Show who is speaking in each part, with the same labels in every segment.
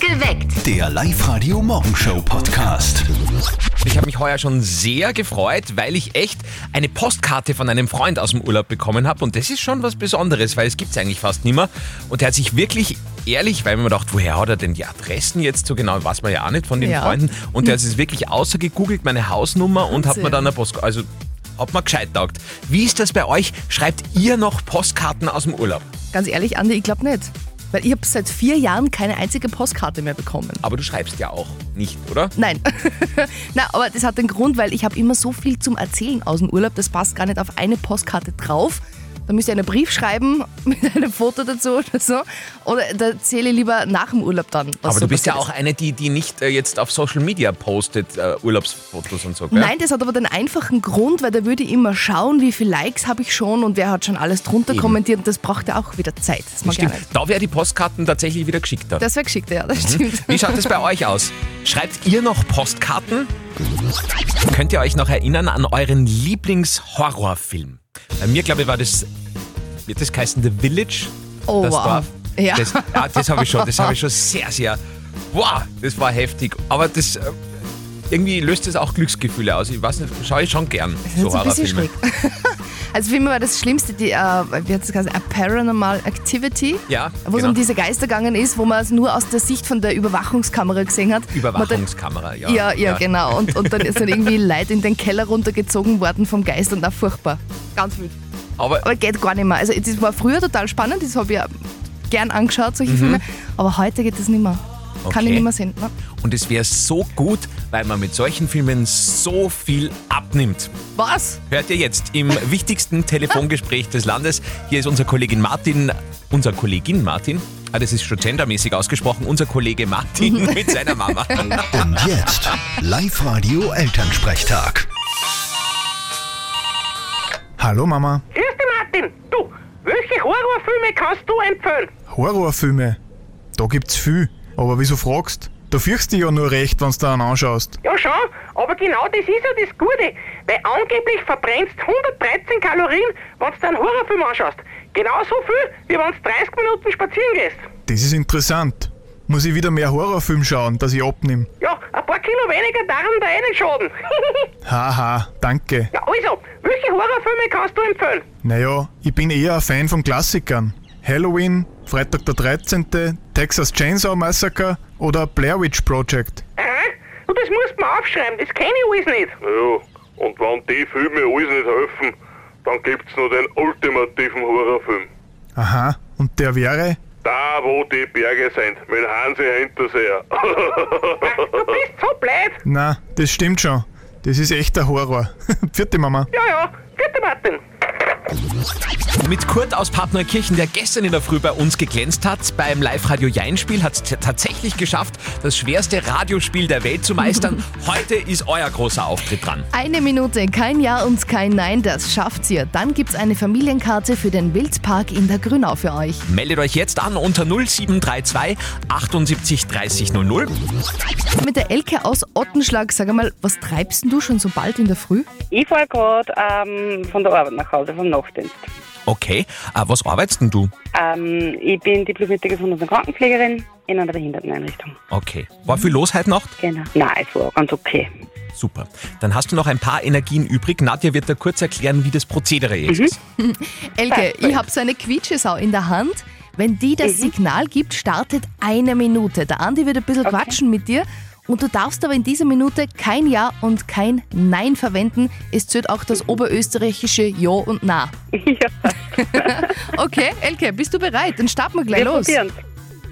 Speaker 1: Geweckt.
Speaker 2: Der Live-Radio-Morgenshow-Podcast.
Speaker 3: Ich habe mich heuer schon sehr gefreut, weil ich echt eine Postkarte von einem Freund aus dem Urlaub bekommen habe. Und das ist schon was Besonderes, weil es gibt es eigentlich fast nimmer. Und der hat sich wirklich ehrlich, weil man gedacht, woher hat er denn die Adressen jetzt so genau, weiß man ja auch nicht von den
Speaker 4: Ja. Hm.
Speaker 3: Freunden. Und der hat es wirklich ausgegoogelt, meine Hausnummer und hat mir
Speaker 4: Wahnsinn.
Speaker 3: dann eine Postkarte. Also hat man gescheit taugt. Wie ist das bei euch? Schreibt ihr noch Postkarten aus dem Urlaub?
Speaker 4: Ganz ehrlich, Andi, ich glaube nicht. Weil ich habe seit vier Jahren keine einzige Postkarte mehr bekommen.
Speaker 3: Aber du schreibst ja auch nicht, oder?
Speaker 4: Nein. Na, aber das hat den Grund, weil ich habe immer so viel zum Erzählen aus dem Urlaub, das passt gar nicht auf eine Postkarte drauf. Da müsst ihr einen Brief schreiben mit einem Foto dazu oder so. Oder da zähle ich lieber nach dem Urlaub dann. was
Speaker 3: Aber
Speaker 4: so
Speaker 3: du bist ja
Speaker 4: passiert
Speaker 3: auch
Speaker 4: ist.
Speaker 3: eine, die, die nicht äh, jetzt auf Social Media postet, äh, Urlaubsfotos und so, gell?
Speaker 4: Nein, das hat aber den einfachen Grund, weil da würde ich immer schauen, wie viele Likes habe ich schon und wer hat schon alles drunter
Speaker 3: Eben.
Speaker 4: kommentiert. Das braucht ja auch wieder Zeit. Das mag ich auch
Speaker 3: Stimmt,
Speaker 4: nicht.
Speaker 3: da wäre die Postkarten tatsächlich wieder geschickt. Dann.
Speaker 4: Das wäre geschickt, ja, das stimmt.
Speaker 3: Wie schaut es bei euch aus? Schreibt ihr noch Postkarten? Könnt ihr euch noch erinnern an euren Lieblingshorrorfilm? Bei mir, glaube ich, war das, wird das heißen The Village?
Speaker 4: Oh,
Speaker 3: das
Speaker 4: wow.
Speaker 3: Dorf.
Speaker 4: Ja.
Speaker 3: Das, ah, das habe ich schon, das habe ich schon sehr, sehr, wow, das war heftig. Aber das, äh, irgendwie löst das auch Glücksgefühle aus. Ich weiß nicht, schaue ich schon gern,
Speaker 4: Das
Speaker 3: so
Speaker 4: ist ein bisschen
Speaker 3: Horrorfilme.
Speaker 4: schräg. Also für mich war das Schlimmste, die, äh, wie hat das geheißen, A Paranormal Activity,
Speaker 3: Ja,
Speaker 4: wo es
Speaker 3: genau.
Speaker 4: um diese Geister gegangen ist, wo man es nur aus der Sicht von der Überwachungskamera gesehen hat. Man hat
Speaker 3: Überwachungskamera, ja.
Speaker 4: dann, ja, ja, genau. Und, und dann ist dann irgendwie Leute in den Keller runtergezogen worden vom Geist und auch furchtbar. Ganz wild.
Speaker 3: Aber
Speaker 4: Aber geht gar nicht mehr. Also das war früher total spannend, das habe ich auch gern angeschaut, solche Filme. Aber heute geht das nicht mehr. Kann
Speaker 3: Mhm. Okay.
Speaker 4: ich nicht mehr sehen. ne?
Speaker 3: Und es wäre so gut, weil man mit solchen Filmen so viel abnimmt.
Speaker 4: Was?
Speaker 3: Hört ihr jetzt im wichtigsten Telefongespräch des Landes. Hier ist unser Kollegin Martin, unser Kollegin Martin. Ah, das ist schon gendermäßig ausgesprochen. Unser Kollege Martin mit seiner Mama.
Speaker 2: Und jetzt Live-Radio Elternsprechtag.
Speaker 5: Hallo Mama,
Speaker 6: Grüß dich, Martin. Du, welche Horrorfilme kannst du empfehlen?
Speaker 5: Horrorfilme. Da gibt's viel. Aber wieso fragst? Da fürchst dich ja nur recht, wenn's da einen anschaust.
Speaker 6: Ja, schau, aber genau das ist ja das Gute, weil angeblich verbrennst 113 Kalorien, wenn du dir einen Horrorfilm anschaust. Genauso viel, wie wenn du 30 Minuten spazieren gehst.
Speaker 5: Das ist interessant. Muss ich wieder mehr Horrorfilm schauen, dass ich abnehme.
Speaker 6: Ja, ein paar Kilo weniger daran da eh nicht schaden.
Speaker 5: Haha, danke.
Speaker 6: ja, also, welche Horrorfilme kannst du empfehlen?
Speaker 5: Naja, ich bin eher ein Fan von Klassikern. Halloween, Freitag der 13., Texas Chainsaw Massacre oder Blair Witch Project.
Speaker 6: Äh? Du, das musst du mir aufschreiben, das kenne ich alles nicht.
Speaker 7: Ja, und wenn die Filme alles nicht helfen, dann gibt's noch den ultimativen Horrorfilm.
Speaker 5: Aha, und der wäre?
Speaker 7: Da, wo die Berge sind, mit Hansi Hinterseher.
Speaker 6: Du bist so blöd.
Speaker 5: Na, das stimmt schon. Das ist echter Horror. Vierte Mama.
Speaker 6: Ja, ja, vierte Martin.
Speaker 3: Mit Kurt aus Partnerkirchen, der gestern in der Früh bei uns geglänzt hat, beim Live-Radio Jein-Spiel hat es tatsächlich geschafft, das schwerste Radiospiel der Welt zu meistern. Heute ist euer großer Auftritt dran.
Speaker 4: Eine Minute, kein Ja und kein Nein, das schafft ihr. Dann gibt's eine Familienkarte für den Wildpark in der Grünau für euch.
Speaker 3: Meldet euch jetzt an unter 0732 78 30 00.
Speaker 4: Mit der Elke aus Ottenschlag, sag einmal, was treibst denn du schon so bald in der Früh?
Speaker 8: Ich fahre gerade ähm, von der Arbeit nach Hause, vom Nachtdienst.
Speaker 3: Okay, ah, was arbeitest denn du?
Speaker 8: Ähm, ich bin diplomierte Gesundheits- und Krankenpflegerin in einer Behinderteneinrichtung.
Speaker 3: Okay. War viel los heute Nacht?
Speaker 8: Genau. Nein, es war ganz okay.
Speaker 3: Super. Dann hast du noch ein paar Energien übrig. Nadja wird da kurz erklären, wie das Prozedere jetzt ist.
Speaker 4: Elke, ich hab so eine Quietschesau in der Hand. Wenn die das Signal gibt, startet eine Minute. Der Andi wird ein bisschen quatschen mit dir. Und du darfst aber in dieser Minute kein Ja und kein Nein verwenden. Es zählt auch das oberösterreichische Ja und Na.
Speaker 8: ja,
Speaker 4: Okay, Elke, bist du bereit? Dann starten wir gleich
Speaker 8: wir
Speaker 4: los.
Speaker 8: probieren's.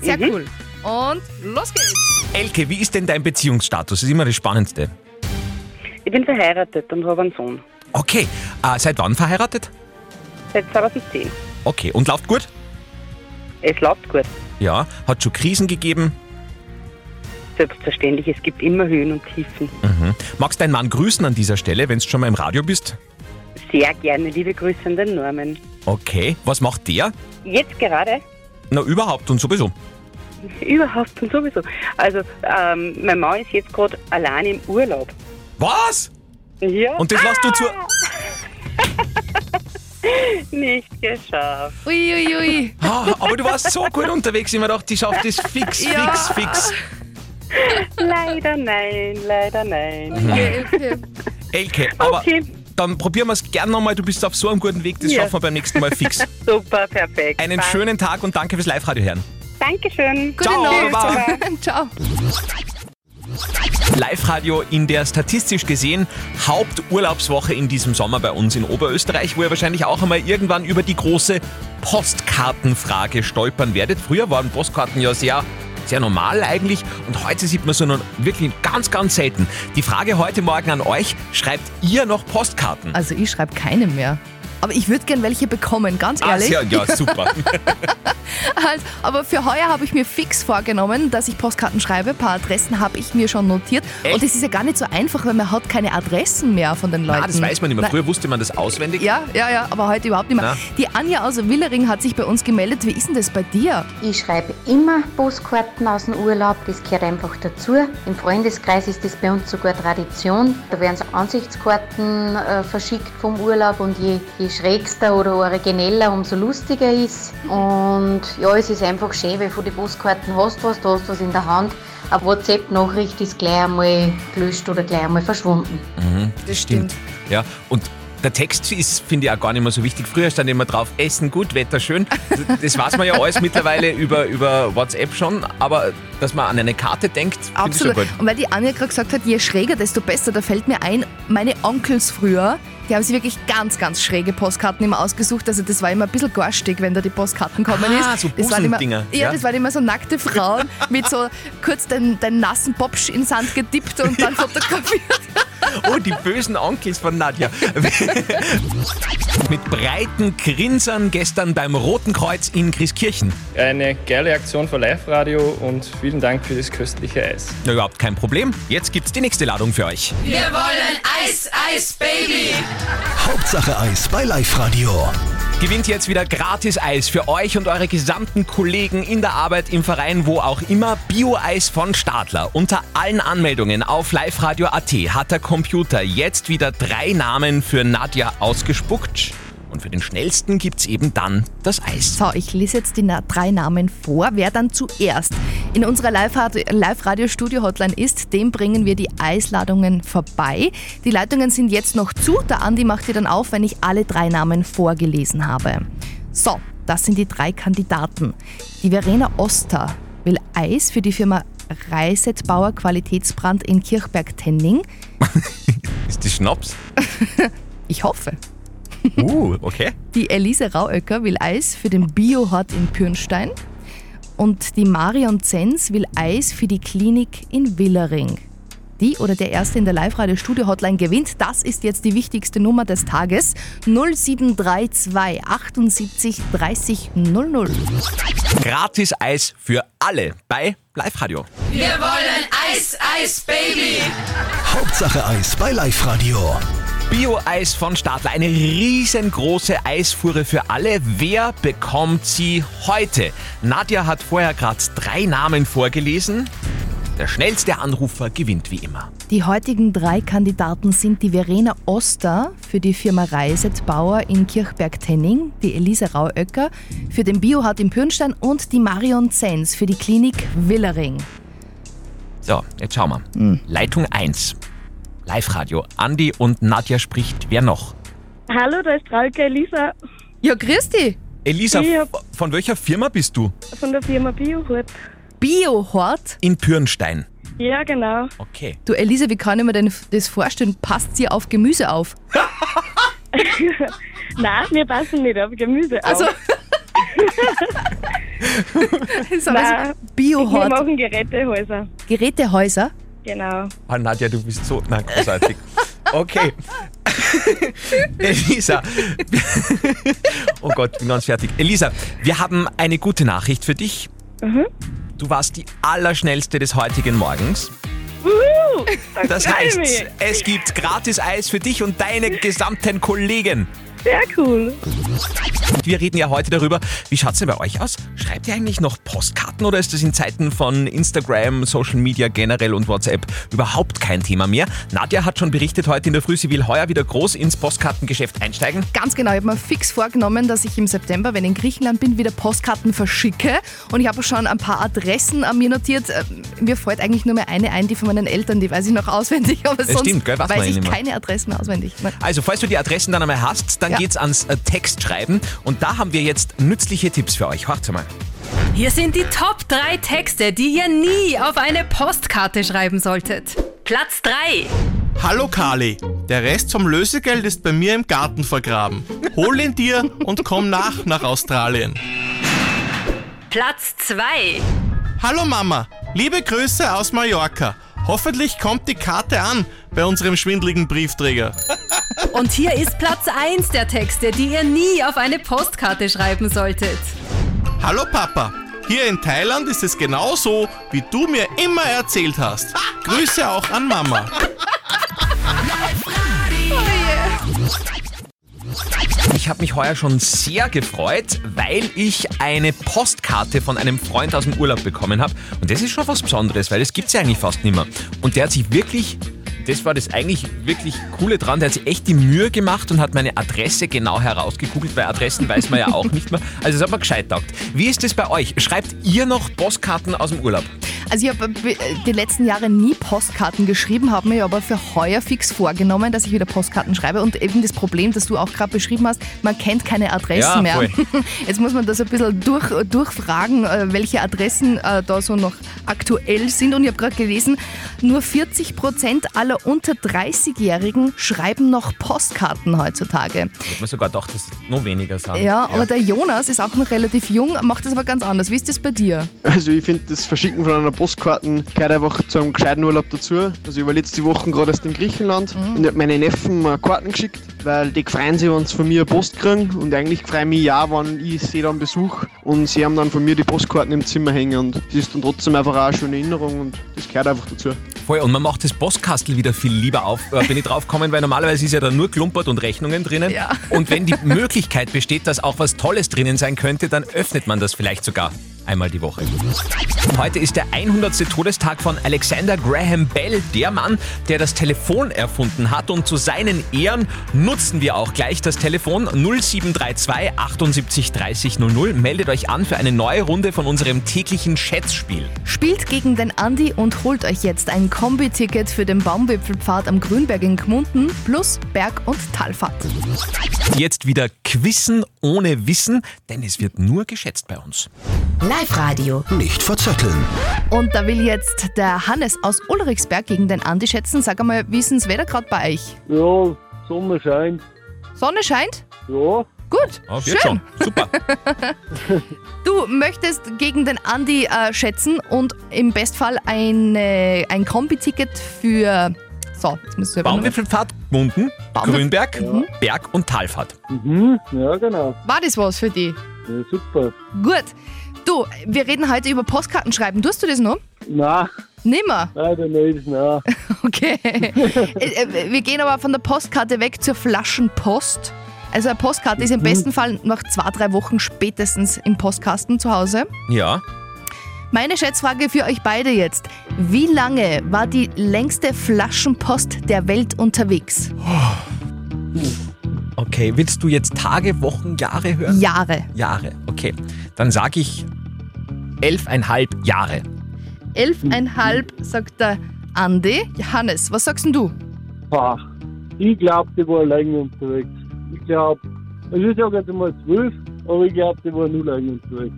Speaker 4: Sehr
Speaker 3: Mhm.
Speaker 4: cool. Und los geht's.
Speaker 3: Elke, wie ist denn dein Beziehungsstatus? Das ist immer das Spannendste.
Speaker 8: Ich bin verheiratet und habe einen Sohn.
Speaker 3: Okay. Ah, seit wann verheiratet?
Speaker 8: Seit 2010.
Speaker 3: Okay. Und läuft gut?
Speaker 8: Es läuft gut.
Speaker 3: Ja. Hat schon Krisen gegeben?
Speaker 8: Selbstverständlich, es gibt immer Höhen und Tiefen.
Speaker 3: Magst deinen Mann grüßen an dieser Stelle, wenn du schon mal im Radio bist?
Speaker 8: Sehr gerne, liebe Grüße an den Norman.
Speaker 3: Okay. Was macht der?
Speaker 8: Jetzt gerade,
Speaker 3: Na, überhaupt und sowieso.
Speaker 8: überhaupt und sowieso. Also, ähm, mein Mann ist jetzt gerade allein im Urlaub.
Speaker 3: Was?
Speaker 8: Ja.
Speaker 3: Und das lässt du zur...
Speaker 8: ah, Nicht geschafft.
Speaker 4: Uiuiui. Ui, ui.
Speaker 3: Ah, aber du warst so gut unterwegs, ich mir gedacht, die schafft es fix,
Speaker 4: Ja.
Speaker 3: fix, fix.
Speaker 8: Leider nein, leider nein.
Speaker 3: Mhm.
Speaker 4: Okay, okay.
Speaker 3: Elke, aber
Speaker 8: Okay.
Speaker 3: dann probieren wir es gern nochmal. Du bist auf so einem guten Weg, das
Speaker 8: Ja.
Speaker 3: schaffen wir beim nächsten Mal fix.
Speaker 8: Super, perfekt.
Speaker 3: Einen
Speaker 8: Passt.
Speaker 3: schönen Tag und danke fürs Live-Radio hören.
Speaker 8: Dankeschön.
Speaker 4: Gute
Speaker 3: Ciao, Baba.
Speaker 4: Nacht. Ciao.
Speaker 3: Live-Radio in der statistisch gesehen Haupturlaubswoche in diesem Sommer bei uns in Oberösterreich, wo ihr wahrscheinlich auch einmal irgendwann über die große Postkartenfrage stolpern werdet. Früher waren Postkarten ja sehr sehr normal eigentlich und heute sieht man so nun wirklich ganz, ganz selten. Die Frage heute Morgen an euch, schreibt ihr noch Postkarten?
Speaker 4: Also ich schreibe keine mehr. Aber ich würde gern welche bekommen, ganz
Speaker 3: Ah,
Speaker 4: Äh, ehrlich.
Speaker 3: sehr, ja, super.
Speaker 4: Halt, aber für heuer habe ich mir fix vorgenommen, dass ich Postkarten schreibe. Ein paar Adressen habe ich mir schon notiert.
Speaker 3: Echt?
Speaker 4: Und es ist ja gar nicht so einfach, weil man hat keine Adressen mehr von den Leuten.
Speaker 3: Ah, das weiß man nicht mehr.
Speaker 4: Nein.
Speaker 3: Früher wusste man das auswendig.
Speaker 4: Ja, ja, ja, aber heute überhaupt nicht mehr.
Speaker 3: Na?
Speaker 4: Die Anja aus Willering hat sich bei uns gemeldet. Wie ist denn das bei dir?
Speaker 1: Ich schreibe immer Postkarten aus dem Urlaub, das gehört einfach dazu. Im Freundeskreis ist das bei uns sogar Tradition. Da werden so Ansichtskarten äh, verschickt vom Urlaub und je, je schrägster oder origineller, umso lustiger ist. Und ja, es ist einfach schön, wenn du die Postkarten hast, was, du hast was in der Hand. Eine WhatsApp-Nachricht ist gleich einmal gelöscht oder gleich einmal verschwunden.
Speaker 4: Das
Speaker 3: Ja, und der Text ist, finde ich, auch gar nicht mehr so wichtig. Früher stand immer drauf, Essen gut, Wetter schön. Das weiß man ja alles mittlerweile über, über WhatsApp schon, aber dass man an eine Karte denkt, finde ich schon
Speaker 4: Absolut.
Speaker 3: gut.
Speaker 4: Und weil die Anja gerade gesagt hat, je schräger, desto besser, da fällt mir ein, meine Onkels früher, die haben sich wirklich ganz, ganz schräge Postkarten immer ausgesucht. Also das war immer ein bisschen garstig, wenn da die Postkarten kommen
Speaker 3: Ah,
Speaker 4: ist.
Speaker 3: so
Speaker 4: das waren immer,
Speaker 3: Busendinger,
Speaker 4: ja,
Speaker 3: ja.
Speaker 4: das waren immer so nackte Frauen mit so kurz den, den nassen Popsch in den Sand gedippt und dann fotografiert.
Speaker 3: Oh, die bösen Onkels von Nadja. Mit breiten Grinsern gestern beim Roten Kreuz in Christkirchen.
Speaker 9: Eine geile Aktion für Live-Radio und vielen Dank für das köstliche Eis.
Speaker 3: Na, überhaupt kein Problem. Jetzt gibt's die nächste Ladung für euch.
Speaker 2: Hauptsache Eis bei Live-Radio.
Speaker 3: Gewinnt jetzt wieder gratis Eis für euch und eure gesamten Kollegen in der Arbeit, im Verein, wo auch immer. Bio-Eis von Stadler. Unter allen Anmeldungen auf liveradio.at hat der Computer jetzt wieder drei Namen für Nadja ausgespuckt. Und für den schnellsten gibt's eben dann das Eis.
Speaker 4: So, ich lese jetzt die na drei Namen vor. Wer dann zuerst in unserer Live-Radio-Studio-Hotline ist, dem bringen wir die Eisladungen vorbei. Die Leitungen sind jetzt noch zu. Der Andi macht die dann auf, wenn ich alle drei Namen vorgelesen habe. So, das sind die drei Kandidaten. Die Verena Oster will Eis für die Firma Reisetbauer Qualitätsbrand in Kirchberg-Tenning.
Speaker 3: Ist das Schnaps?
Speaker 4: Ich hoffe.
Speaker 3: Uh, okay.
Speaker 4: Die Elise Rauöcker will Eis für den Biohort in Pürnstein. Und die Marion Zenz will Eis für die Klinik in Willering. Die oder der Erste in der Live-Radio-Studio-Hotline gewinnt. Das ist jetzt die wichtigste Nummer des Tages. 0732 78 30 00.
Speaker 3: Gratis Eis für alle bei Live-Radio.
Speaker 2: Hauptsache Eis bei Live-Radio.
Speaker 3: Bio-Eis von Stadler, eine riesengroße Eisfuhre für alle. Wer bekommt sie heute? Nadja hat vorher gerade drei Namen vorgelesen. Der schnellste Anrufer gewinnt wie immer.
Speaker 4: Die heutigen drei Kandidaten sind die Verena Oster für die Firma Reiset Bauer in Kirchberg-Tenning, die Elisa Rauöcker für den Biohart in Pürnstein und die Marion Zenz für die Klinik Willering.
Speaker 3: So, jetzt schauen wir. Leitung 1. Live-Radio. Andi und Nadja spricht. Wer noch?
Speaker 8: Hallo, da ist Rauke Elisa
Speaker 4: Ja, Christi!
Speaker 3: Elisa,
Speaker 8: Ich hab-
Speaker 3: von welcher Firma bist du?
Speaker 8: von der Firma Biohurt.
Speaker 4: Biohort?
Speaker 3: In Pürnstein.
Speaker 8: Ja, genau.
Speaker 3: Okay.
Speaker 4: Du, Elisa, wie kann ich mir denn das vorstellen? Passt sie auf Gemüse auf?
Speaker 8: Nein, wir passen nicht auf Gemüse
Speaker 4: Also.
Speaker 8: auf.
Speaker 4: Das haben wir so-
Speaker 8: Nein, Wir
Speaker 4: Biohort.
Speaker 8: machen Gerätehäuser.
Speaker 4: Gerätehäuser?
Speaker 8: Genau.
Speaker 3: Ah, Nadja, du bist so. Nein, großartig. Okay. Elisa. oh Gott, bin ganz fertig. Elisa, wir haben eine gute Nachricht für dich. Du warst die Allerschnellste des heutigen Morgens.
Speaker 8: Wuhu!
Speaker 3: Das
Speaker 8: freu ich
Speaker 3: heißt,
Speaker 8: mich.
Speaker 3: es gibt gratis Eis für dich und deine gesamten Kollegen.
Speaker 8: Sehr cool.
Speaker 3: Wir reden ja heute darüber, wie schaut es denn bei euch aus? Schreibt ihr eigentlich noch Postkarten oder ist das in Zeiten von Instagram, Social Media generell und WhatsApp überhaupt kein Thema mehr? Nadja hat schon berichtet heute in der Früh, sie will heuer wieder groß ins Postkartengeschäft einsteigen.
Speaker 4: Ganz genau, ich habe mir fix vorgenommen, dass ich im September, wenn ich in Griechenland bin, wieder Postkarten verschicke. Und ich habe auch schon ein paar Adressen an mir notiert. Äh, Mir fällt eigentlich nur mehr eine ein, die von meinen Eltern, die weiß ich noch auswendig, aber sonst
Speaker 3: stimmt, gell, weiß man
Speaker 4: weiß
Speaker 3: ja
Speaker 4: ich
Speaker 3: nicht mehr.
Speaker 4: keine Adressen auswendig. Nein.
Speaker 3: Also, falls du die Adressen dann einmal hast, dann
Speaker 4: Ja.
Speaker 3: geht's ans äh, Textschreiben und da haben wir jetzt nützliche Tipps für euch. Hört mal.
Speaker 10: Hier sind die Top 3 Texte, die ihr nie auf eine Postkarte schreiben solltet. Platz 3.
Speaker 11: Hallo Kali, der Rest vom Lösegeld ist bei mir im Garten vergraben. Hol ihn dir und komm nach nach Australien.
Speaker 10: Platz 2.
Speaker 11: Hallo Mama, liebe Grüße aus Mallorca. Hoffentlich kommt die Karte an bei unserem schwindligen Briefträger.
Speaker 10: Und hier ist Platz 1 der Texte, die ihr nie auf eine Postkarte schreiben solltet.
Speaker 11: Hallo Papa, hier in Thailand ist es genau so, wie du mir immer erzählt hast. Grüße auch an Mama.
Speaker 3: Ich habe mich heuer schon sehr gefreut, weil ich eine Postkarte von einem Freund aus dem Urlaub bekommen habe. Und das ist schon was Besonderes, weil das gibt's ja eigentlich fast nicht mehr. Und der hat sich wirklich, das war das eigentlich wirklich Coole dran, der hat sich echt die Mühe gemacht und hat meine Adresse genau herausgegoogelt, weil Adressen weiß man ja auch nicht mehr. Also das hat man gescheit taugt. Wie ist das bei euch? Schreibt ihr noch Postkarten aus dem Urlaub?
Speaker 4: Also ich habe äh, die letzten Jahre nie Postkarten geschrieben, habe mir aber für heuer fix vorgenommen, dass ich wieder Postkarten schreibe. Und eben das Problem, das du auch gerade beschrieben hast, man kennt keine Adressen
Speaker 3: Ja,
Speaker 4: mehr.
Speaker 3: voll.
Speaker 4: Jetzt muss man das ein bisschen durch, durchfragen, äh, welche Adressen äh, da so noch aktuell sind. Und ich habe gerade gelesen, nur 40 Prozent aller unter 30-Jährigen schreiben noch Postkarten heutzutage.
Speaker 3: Ich hätte mir sogar gedacht, dass noch weniger sind.
Speaker 4: Ja, aber der Jonas ist auch noch relativ jung, macht das aber ganz anders. Wie ist das bei dir?
Speaker 12: Also ich finde, das Verschicken von einer Postkarte gehört einfach zu einem gescheiten Urlaub dazu. Also ich war letzte Woche gerade erst in Griechenland und habe meinen Neffen äh, Karten geschickt, weil die freuen sich, wenn sie von mir Post kriegen. Und eigentlich freue ich mich ja, wenn ich sie dann besuche. Und sie haben dann von mir die Postkarten im Zimmer hängen. Und es ist dann trotzdem einfach auch eine schöne Erinnerung und das gehört einfach dazu.
Speaker 3: Voll, und man macht das Postkastel wieder viel lieber auf, äh, bin ich draufgekommen, weil normalerweise ist ja da nur Klumpert und Rechnungen drinnen.
Speaker 4: Ja.
Speaker 3: Und wenn die Möglichkeit besteht, dass auch was Tolles drinnen sein könnte, dann öffnet man das vielleicht sogar einmal die Woche. Heute ist der 100. Todestag von Alexander Graham Bell, der Mann, der das Telefon erfunden hat. Und zu seinen Ehren nutzen wir auch gleich das Telefon 0732 78 30 00. Meldet euch an für eine neue Runde von unserem täglichen Schätzspiel.
Speaker 4: Spielt gegen den Andi und holt euch jetzt ein Kombi-Ticket für den Baumwipfelpfad am Grünberg in Gmunden plus Berg- und Talfahrt.
Speaker 3: Jetzt wieder Quissen ohne Wissen, denn es wird nur geschätzt bei uns.
Speaker 13: Live-Radio.
Speaker 2: Nicht verzetteln.
Speaker 4: Und da will jetzt der Hannes aus Ulrichsberg gegen den Andi schätzen. Sag einmal, wie ist denn das Wetter gerade bei euch?
Speaker 14: Ja, Sommer scheint.
Speaker 4: Sonne scheint?
Speaker 14: Ja.
Speaker 4: Gut,
Speaker 3: Ah, wird
Speaker 4: schön.
Speaker 3: schon. Super.
Speaker 4: Du möchtest gegen den Andi äh, schätzen und im Bestfall ein, äh, ein Kombi-Ticket für... So, jetzt musst du...
Speaker 3: Baumwipfelpfad, Gmunden,
Speaker 4: Baumwipfel-
Speaker 3: Grünberg,
Speaker 4: Mhm.
Speaker 3: Berg- und Talfahrt.
Speaker 14: Mhm, ja, genau.
Speaker 4: War das was für dich?
Speaker 14: Ja, super.
Speaker 4: Gut. Du, wir reden heute über Postkarten schreiben. Tust du das noch?
Speaker 14: Nein,
Speaker 4: Nimmer.
Speaker 14: leider nicht, nein.
Speaker 4: Okay. Äh, äh, Wir gehen aber von der Postkarte weg zur Flaschenpost. Also eine Postkarte
Speaker 14: Mhm.
Speaker 4: ist im besten Fall nach zwei, drei Wochen spätestens im Postkasten zu Hause.
Speaker 3: Ja.
Speaker 4: Meine Schätzfrage für euch beide jetzt. Wie lange war die längste Flaschenpost der Welt unterwegs?
Speaker 3: Okay, willst du jetzt Tage, Wochen, Jahre hören?
Speaker 4: Jahre.
Speaker 3: Jahre, okay. Dann sage ich elfeinhalb Jahre.
Speaker 4: Elfeinhalb, sagt der Andi. Hannes, was sagst denn du?
Speaker 14: Boah. Ich glaube, die war länger unterwegs. Ich glaube, also ich sage jetzt mal zwölf, aber ich glaube, die war nur länger unterwegs.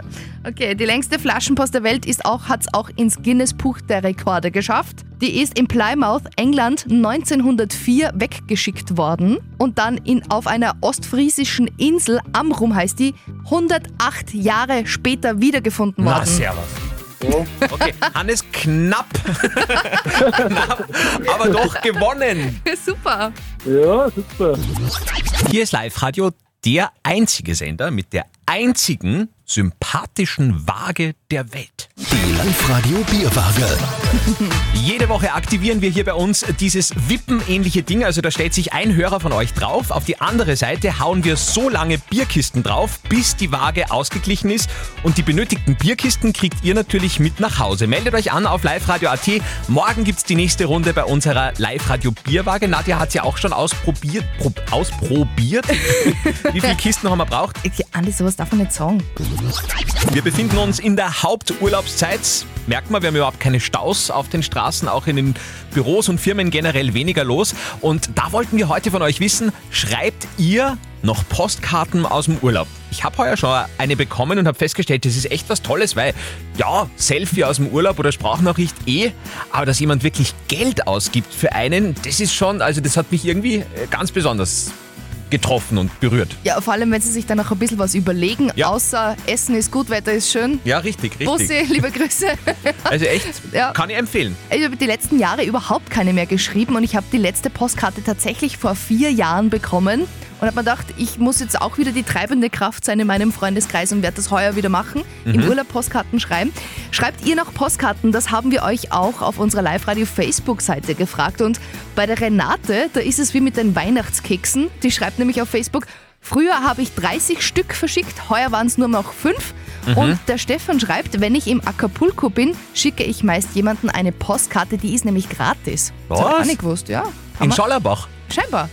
Speaker 4: Okay, die längste Flaschenpost der Welt ist auch, hat es auch ins Guinness Buch der Rekorde geschafft. Die ist in Plymouth, England 1904 weggeschickt worden und dann in, auf einer ostfriesischen Insel, Amrum heißt die, 108 Jahre später wiedergefunden worden.
Speaker 3: Ja. Okay, Hannes knapp. knapp, aber doch gewonnen.
Speaker 4: Super.
Speaker 14: Ja, super.
Speaker 3: Hier ist Live-Radio der einzige Sender mit der einzigen sympathischen Waage der Welt.
Speaker 2: Die Live-Radio Bierwaage.
Speaker 3: Jede Woche aktivieren wir hier bei uns dieses Wippen-ähnliche Ding. Also da stellt sich ein Hörer von euch drauf. Auf die andere Seite hauen wir so lange Bierkisten drauf, bis die Waage ausgeglichen ist. Und die benötigten Bierkisten kriegt ihr natürlich mit nach Hause. Meldet euch an auf liveradio.at. Morgen gibt's die nächste Runde bei unserer Live-Radio Bierwaage. Nadja hat's ja auch schon ausprobiert. Prob, ausprobiert. Wie viele Kisten haben wir braucht?
Speaker 4: Andi, sowas darf man nicht sagen.
Speaker 3: Wir befinden uns in der Haupturlaubszeit. Merkt man, wir haben überhaupt keine Staus auf den Straßen, auch in den Büros und Firmen generell weniger los. Und da wollten wir heute von euch wissen, schreibt ihr noch Postkarten aus dem Urlaub? Ich habe heuer schon eine bekommen und habe festgestellt, das ist echt was Tolles, weil ja, Selfie aus dem Urlaub oder Sprachnachricht eh, aber dass jemand wirklich Geld ausgibt für einen, das ist schon, also das hat mich irgendwie äh, ganz besonders getroffen und berührt.
Speaker 4: Ja, vor allem, wenn sie sich dann noch ein bisschen was überlegen, außer Essen ist gut, Wetter ist schön.
Speaker 3: Ja, richtig, richtig.
Speaker 4: Bussi, liebe Grüße.
Speaker 3: Also echt,
Speaker 4: Ja.
Speaker 3: kann ich empfehlen.
Speaker 4: Ich habe die letzten Jahre überhaupt keine mehr geschrieben und ich habe die letzte Postkarte tatsächlich vor vier Jahren bekommen und habe mir gedacht, ich muss jetzt auch wieder die treibende Kraft sein in meinem Freundeskreis und werde das heuer wieder machen, im
Speaker 13: Mhm.
Speaker 4: Urlaub Postkarten schreiben. Schreibt ihr noch Postkarten? Das haben wir euch auch auf unserer Live-Radio-Facebook-Seite gefragt und bei der Renate, da ist es wie mit den Weihnachtskeksen, die schreibt nämlich auf Facebook, früher habe ich 30 Stück verschickt, heuer waren es nur noch fünf.
Speaker 13: Mhm.
Speaker 4: Und der Stefan schreibt, wenn ich im Acapulco bin, schicke ich meist jemandem eine Postkarte, die ist nämlich gratis. Das hab ich
Speaker 3: Was?
Speaker 4: auch nicht gewusst, ja. Kann
Speaker 3: In
Speaker 4: man-
Speaker 3: Schollerbach.
Speaker 4: Scheinbar.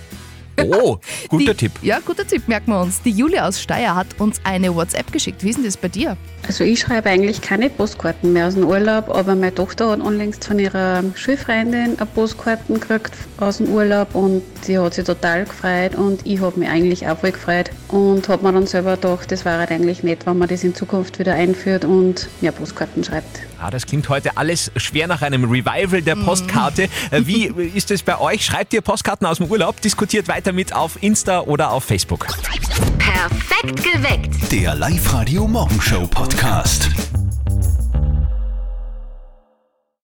Speaker 3: Oh, guter Tipp.
Speaker 4: Ja, guter Tipp, merken wir uns. Die Julia aus Steyr hat uns eine WhatsApp geschickt. Wie ist denn das bei dir?
Speaker 15: Also ich schreibe eigentlich keine Postkarten mehr aus dem Urlaub, aber meine Tochter hat unlängst von ihrer Schulfreundin eine Postkarten gekriegt aus dem Urlaub und die hat sich total gefreut und ich habe mich eigentlich auch voll gefreut und habe mir dann selber gedacht, das wäre halt eigentlich nett, wenn man das in Zukunft wieder einführt und mehr Postkarten schreibt.
Speaker 3: Ah, das klingt heute alles schwer nach einem Revival der Postkarte. Äh, Wie ist es bei euch? Schreibt ihr Postkarten aus dem Urlaub? Diskutiert weiter mit auf Insta oder auf Facebook.
Speaker 2: Perfekt geweckt. Der Live-Radio Morgenshow Podcast.